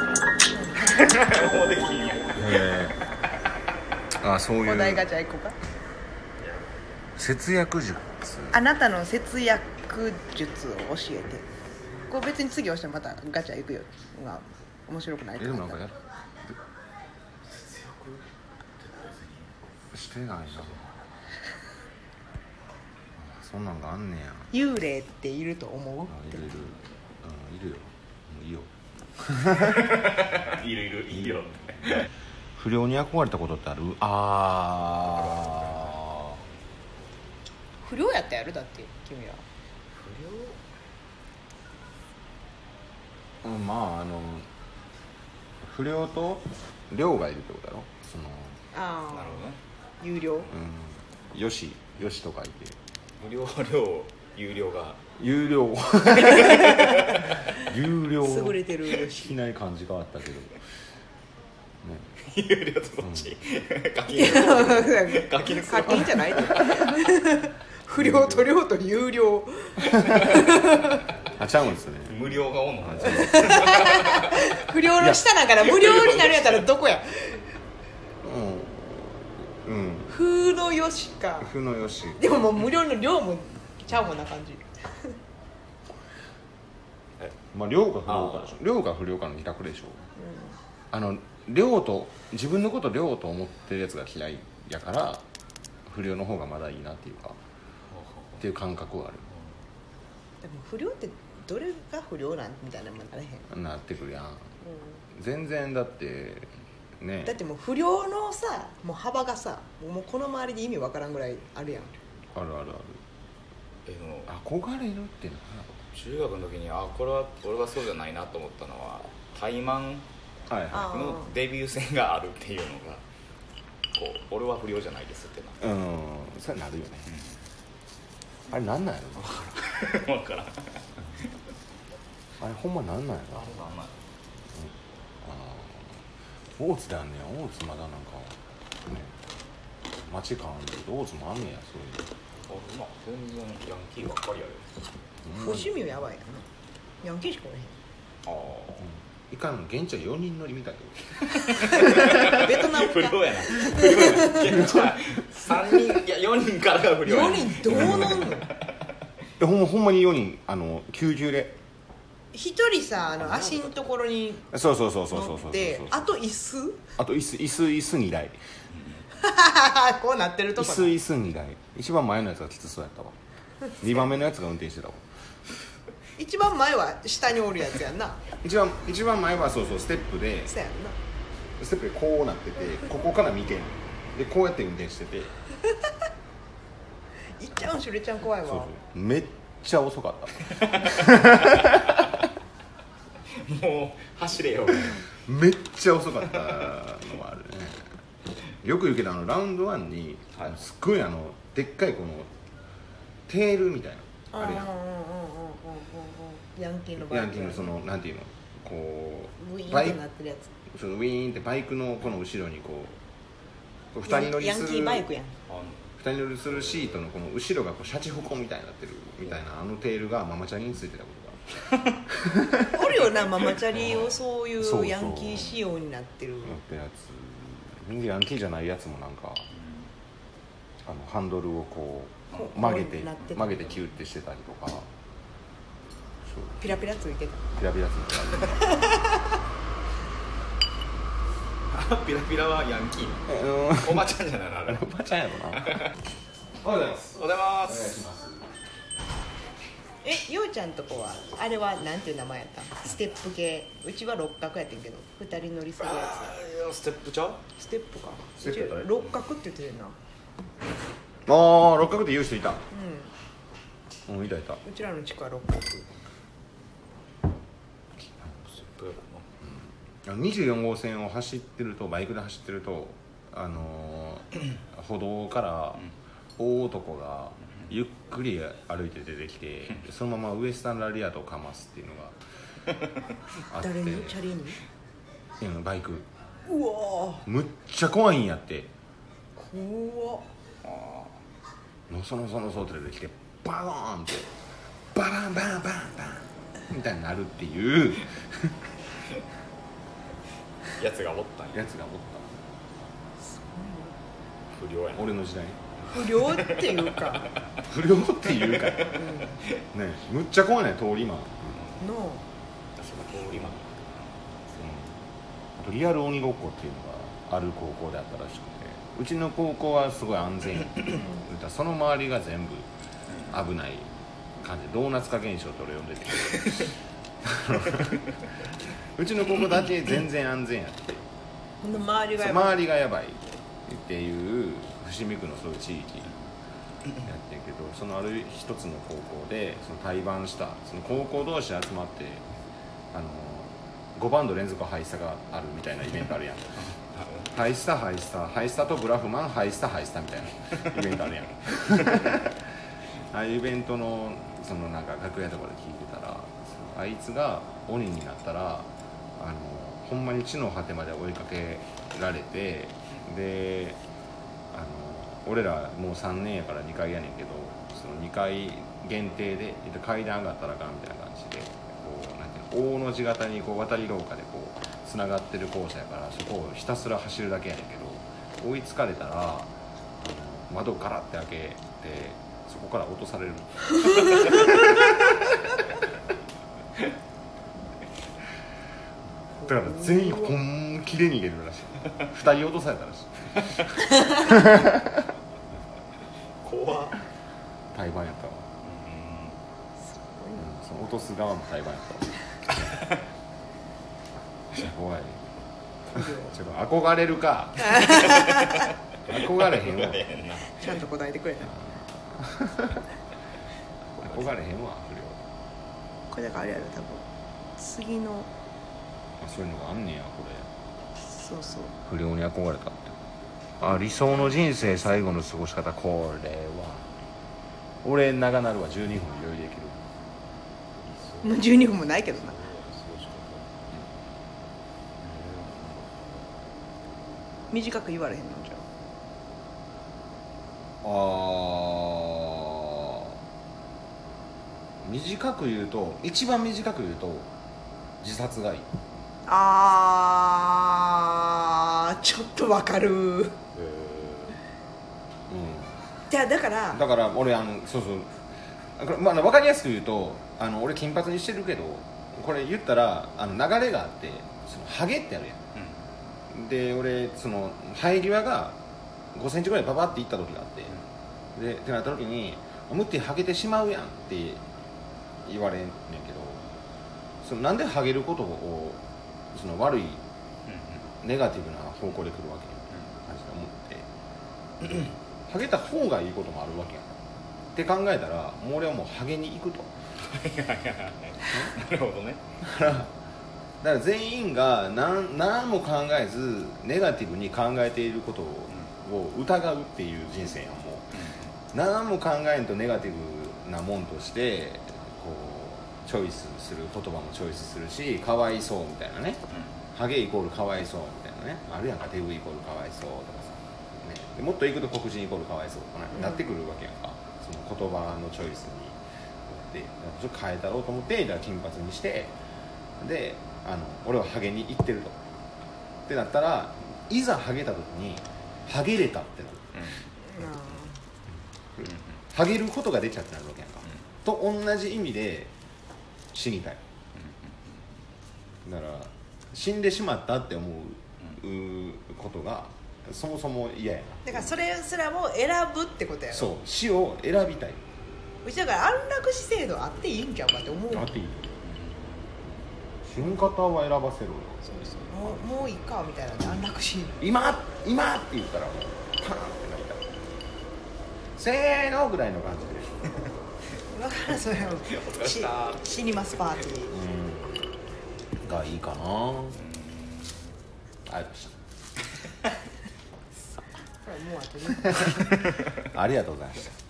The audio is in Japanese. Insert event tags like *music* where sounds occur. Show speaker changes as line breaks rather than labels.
もうできひんや
えー、あそう
お題
い
ガ
う
チャ行こうか
節約術
あなたの節約術を教えてこれ別に次押してもまたガチャ行くよが面白くない
え
と
でもな
思
ん
っ
かやるしてないなそんなんがあんねや
幽霊っていると思う
あいるいる、うん、いるよもういいよ
いるいるいいよ
不良に憧れたことってあるあ
不良やったやろだって君ら
ーうんまああの不良と良がいるってことだろその
あ
なるほどね
あ有料
うんよしよしとかいて
無料料有料が
有 *laughs* 料有料
優れてるよ
聞きない感じがあったけどね
有料とどっち課金
課
課金する
金じゃない不良と量と有料
あちゃうんですね
無料がおんの
あ
か
ちゃう
不良の下なんから無料になるやったらどこや
うんうん
風のよしか
ふのよし
でももう無料の量もちゃうもんな感じ
まあ量が不良かでしょ量が不良かの比較でしょあの量と自分のこと量と思ってるやつが嫌いやから不良の方がまだいいなっていうかっていう感覚はあ
でも不良ってどれが不良なんみたいなのもなれへん、
るなってくるやん全然だってね
だってもう不良のさもう幅がさもうこの周りで意味わからんぐらいあるやん
あるある
えでも
ある憧れるってなんや
中学の時にあこれは俺はそうじゃないなと思ったのは怠慢
ろはいは
あ
のデビュー戦があるっていうのがこう俺は不良じゃないですってない
うんそれなるよねあれなんなんやろ
分からん
なあれほんまなんなんやろなあー大津だよね大津まだなんかね街感あるけど大津もあんねやそういう
あまあ全然ヤンキーばっかりやる
不趣味やばいヤンキーしかおれ
あ
いかんの現地は4人乗りみたい *laughs*
へんベトナ
あ
ム
不
か
良やな *laughs* 不良やなじゃあ3人いや4人からが不良や
4人どうな
*laughs*
んの
えほんまほんまに4人あの救急で
一人さあの足のところに
そうそうそうそうそう
乗
そう
って
そう
あと椅子 *laughs*
あと椅子椅子椅子2台
こうなってると
椅
こ
子椅子2台一番前のやつがきつそうやったわ2番目のやつが運転してたわ
一番前は下におるやつやんな
一番一番前はそうそうステップで
そやんな
ステップでこうなっててここから見てんのでこうやって運転してて
いっちゃうんしゅれちゃん怖いわ
そうそうめっちゃ遅かった
もう走れよ
めっちゃ遅かったのはあるねよく言うけどあのラウンドワンに、
はい
すっごいあのでっかいこのテールみたいなあれや
うんうんうんうんうんうんうんヤンキーの
ん
場合
ヤンキーのそのなんていうのこ
ブイ
う
ーンっ
バイ
てなってるやつ
そのウィーンってバイクのこの後ろにこうこう二人乗り
ヤ
する
ンヤンキーバイクやん
あの
二人乗りするシートのこの後ろがこうシャチホコみたいになってるみたいなあのテールがママチャリについてたことがある
*laughs* おるよなママチャリをそうい
そうそう
うヤンキー仕様になってる
なったやつヤンキーじゃないやつもなんかあのハンドルをこ
こう
う曲げて
こうなってた
曲げてキュッてしてたりとかそう
ピラピラついてた
ピラピラついてたりとか
ピラピラはヤンキー
えうん
おばちゃんじゃないのあれおはよ
おばちゃんやろなおはようございます
うございま
お願い
す
します
えようちゃんとこはあれはなんていう名前やったステップ系うちは六角やってんけど二人乗りするや
あーいやステップちゃう
つステップか
ステップやった
うち六角って言ってるな
ああ六角って言う人いた
う
うんいたいた
んうちらの地区は六角
ステップやろな
あの24号線を走ってるとバイクで走ってるとあの *clears throat* ー歩道から大男がゆっくり歩いて出てきてそのままウエスタンラリアートをかますっていうのがあって
*laughs* 誰にチャリに
うんバイク
うわ
むっちゃ怖いんやって
ー怖っ
のそのそのそって出てきてバローンってババンバンバンバンみたいになるっていう
やつがおったんや
やつがおっ
不良や
た
な
俺の時代
不良っていうか
不良っていうかね
うんの
むっちゃ怖いね通り魔、うん、
あそこ通り魔
あとリアル鬼ごっこっていうのがある高校であったらしくてうちの高校はすごい安全や言うたらその周りが全部危ない感じでドーナツ化現象と俺呼んでて *laughs* うちの高校だけ全然安全やって
この周りが
そう
やっぱ
周りがやばいっていう伏見区のそういう地域やってるけどそのある一つの高校でその対バンしたその高校同士集まってあの5バンド連続ハイスタがあるみたいなイベントあるやんハイスタハイスタハイスタとブラフマンハイスタハイスタみたいなイベントあるやんああいうイベントのそのなんか楽屋とかで聞いてたらそのあいつが鬼になったらあのほんまに地の果てまで追いかけられてであの俺らもう3年やから2階やねんけどその2階限定でえっと階段上がったらあかんみたいな感じでこうなんていうの O の字型にこう渡り廊下でこうつながってる校舎やからそこをひたすら走るだけやねんけど追いつかれたらあの窓ガラッて開けてそこから落とされる *laughs* だから全員本気で逃げるらしい2人落とされたらしい
怖っ
対バンやったわ、うん、その落とす側も対バンやったわ怖いちょっと憧れるか憧れへんわ
怖いやんな
ちゃんと答えてくれた
憧れへんわ不良
これだからあれやろ多分次の
あそういうのがあんねやこれ
そうそう
不良に憧れたってあ理想の人生最後の過ごし方これは俺長なるわ12分余裕できる
もう12分もないけどな短く言われへんのじゃ
あー短く言うと一番短く言うと自殺がいい
ああーちょっとわかるじゃあだから
だから俺あのそうそうあこれまあ、分かりやすく言うとあの俺金髪にしてるけどこれ言ったらあの流れがあってそのハゲってあるやんで俺その生え際が5センチぐらいババっていった時があってでってなった時に「ムッティハゲてしまうやん」って言われんねんけどそのなんでハゲることをその悪いネガティブな方向で来るわけやん感じで思って *clears throat* ハゲた方がいいこともあるわけやんって考えたらもう俺はもうハゲに行くと
なるほどね
だから全員が何何も考えずネガティブに考えていることをを疑うっていう人生やんもう何も考えんとネガティブなもんとしてこうチョイスする言葉もチョイスするしかわいそうみたいなねハゲイコールかわいそうみたいなねあるやんかデブイコールかわいそうとかさ、ね、でもっといくと黒人イコールかわいそうとかね
うん
なってくるわけやんかその言葉のチョイスによってだからちょっと変えたろうと思ってだから金髪にしてであの俺はハゲに行ってるとってなったらいざハゲた時にハゲれたってなるハゲることが出ちゃってなるわけやんか、と同じ意味で死にたいだから死んでしまったって思ううことがそもそも嫌や
だからそれすらも選ぶってことや
な
ろ
そう死を選びたいう
ちだから安楽死制度あっていいんちゃうかって思うも
あっていい死に方は選ばせろよ
うもういいかみたいな安
*laughs*
楽死
今今って言ったらもうパーンってなりたいせーのぐらいの感じで
だからそれはし死にますパーティー
うんがいいかなありがとうございまし
これはもうあとね
たありがとうございました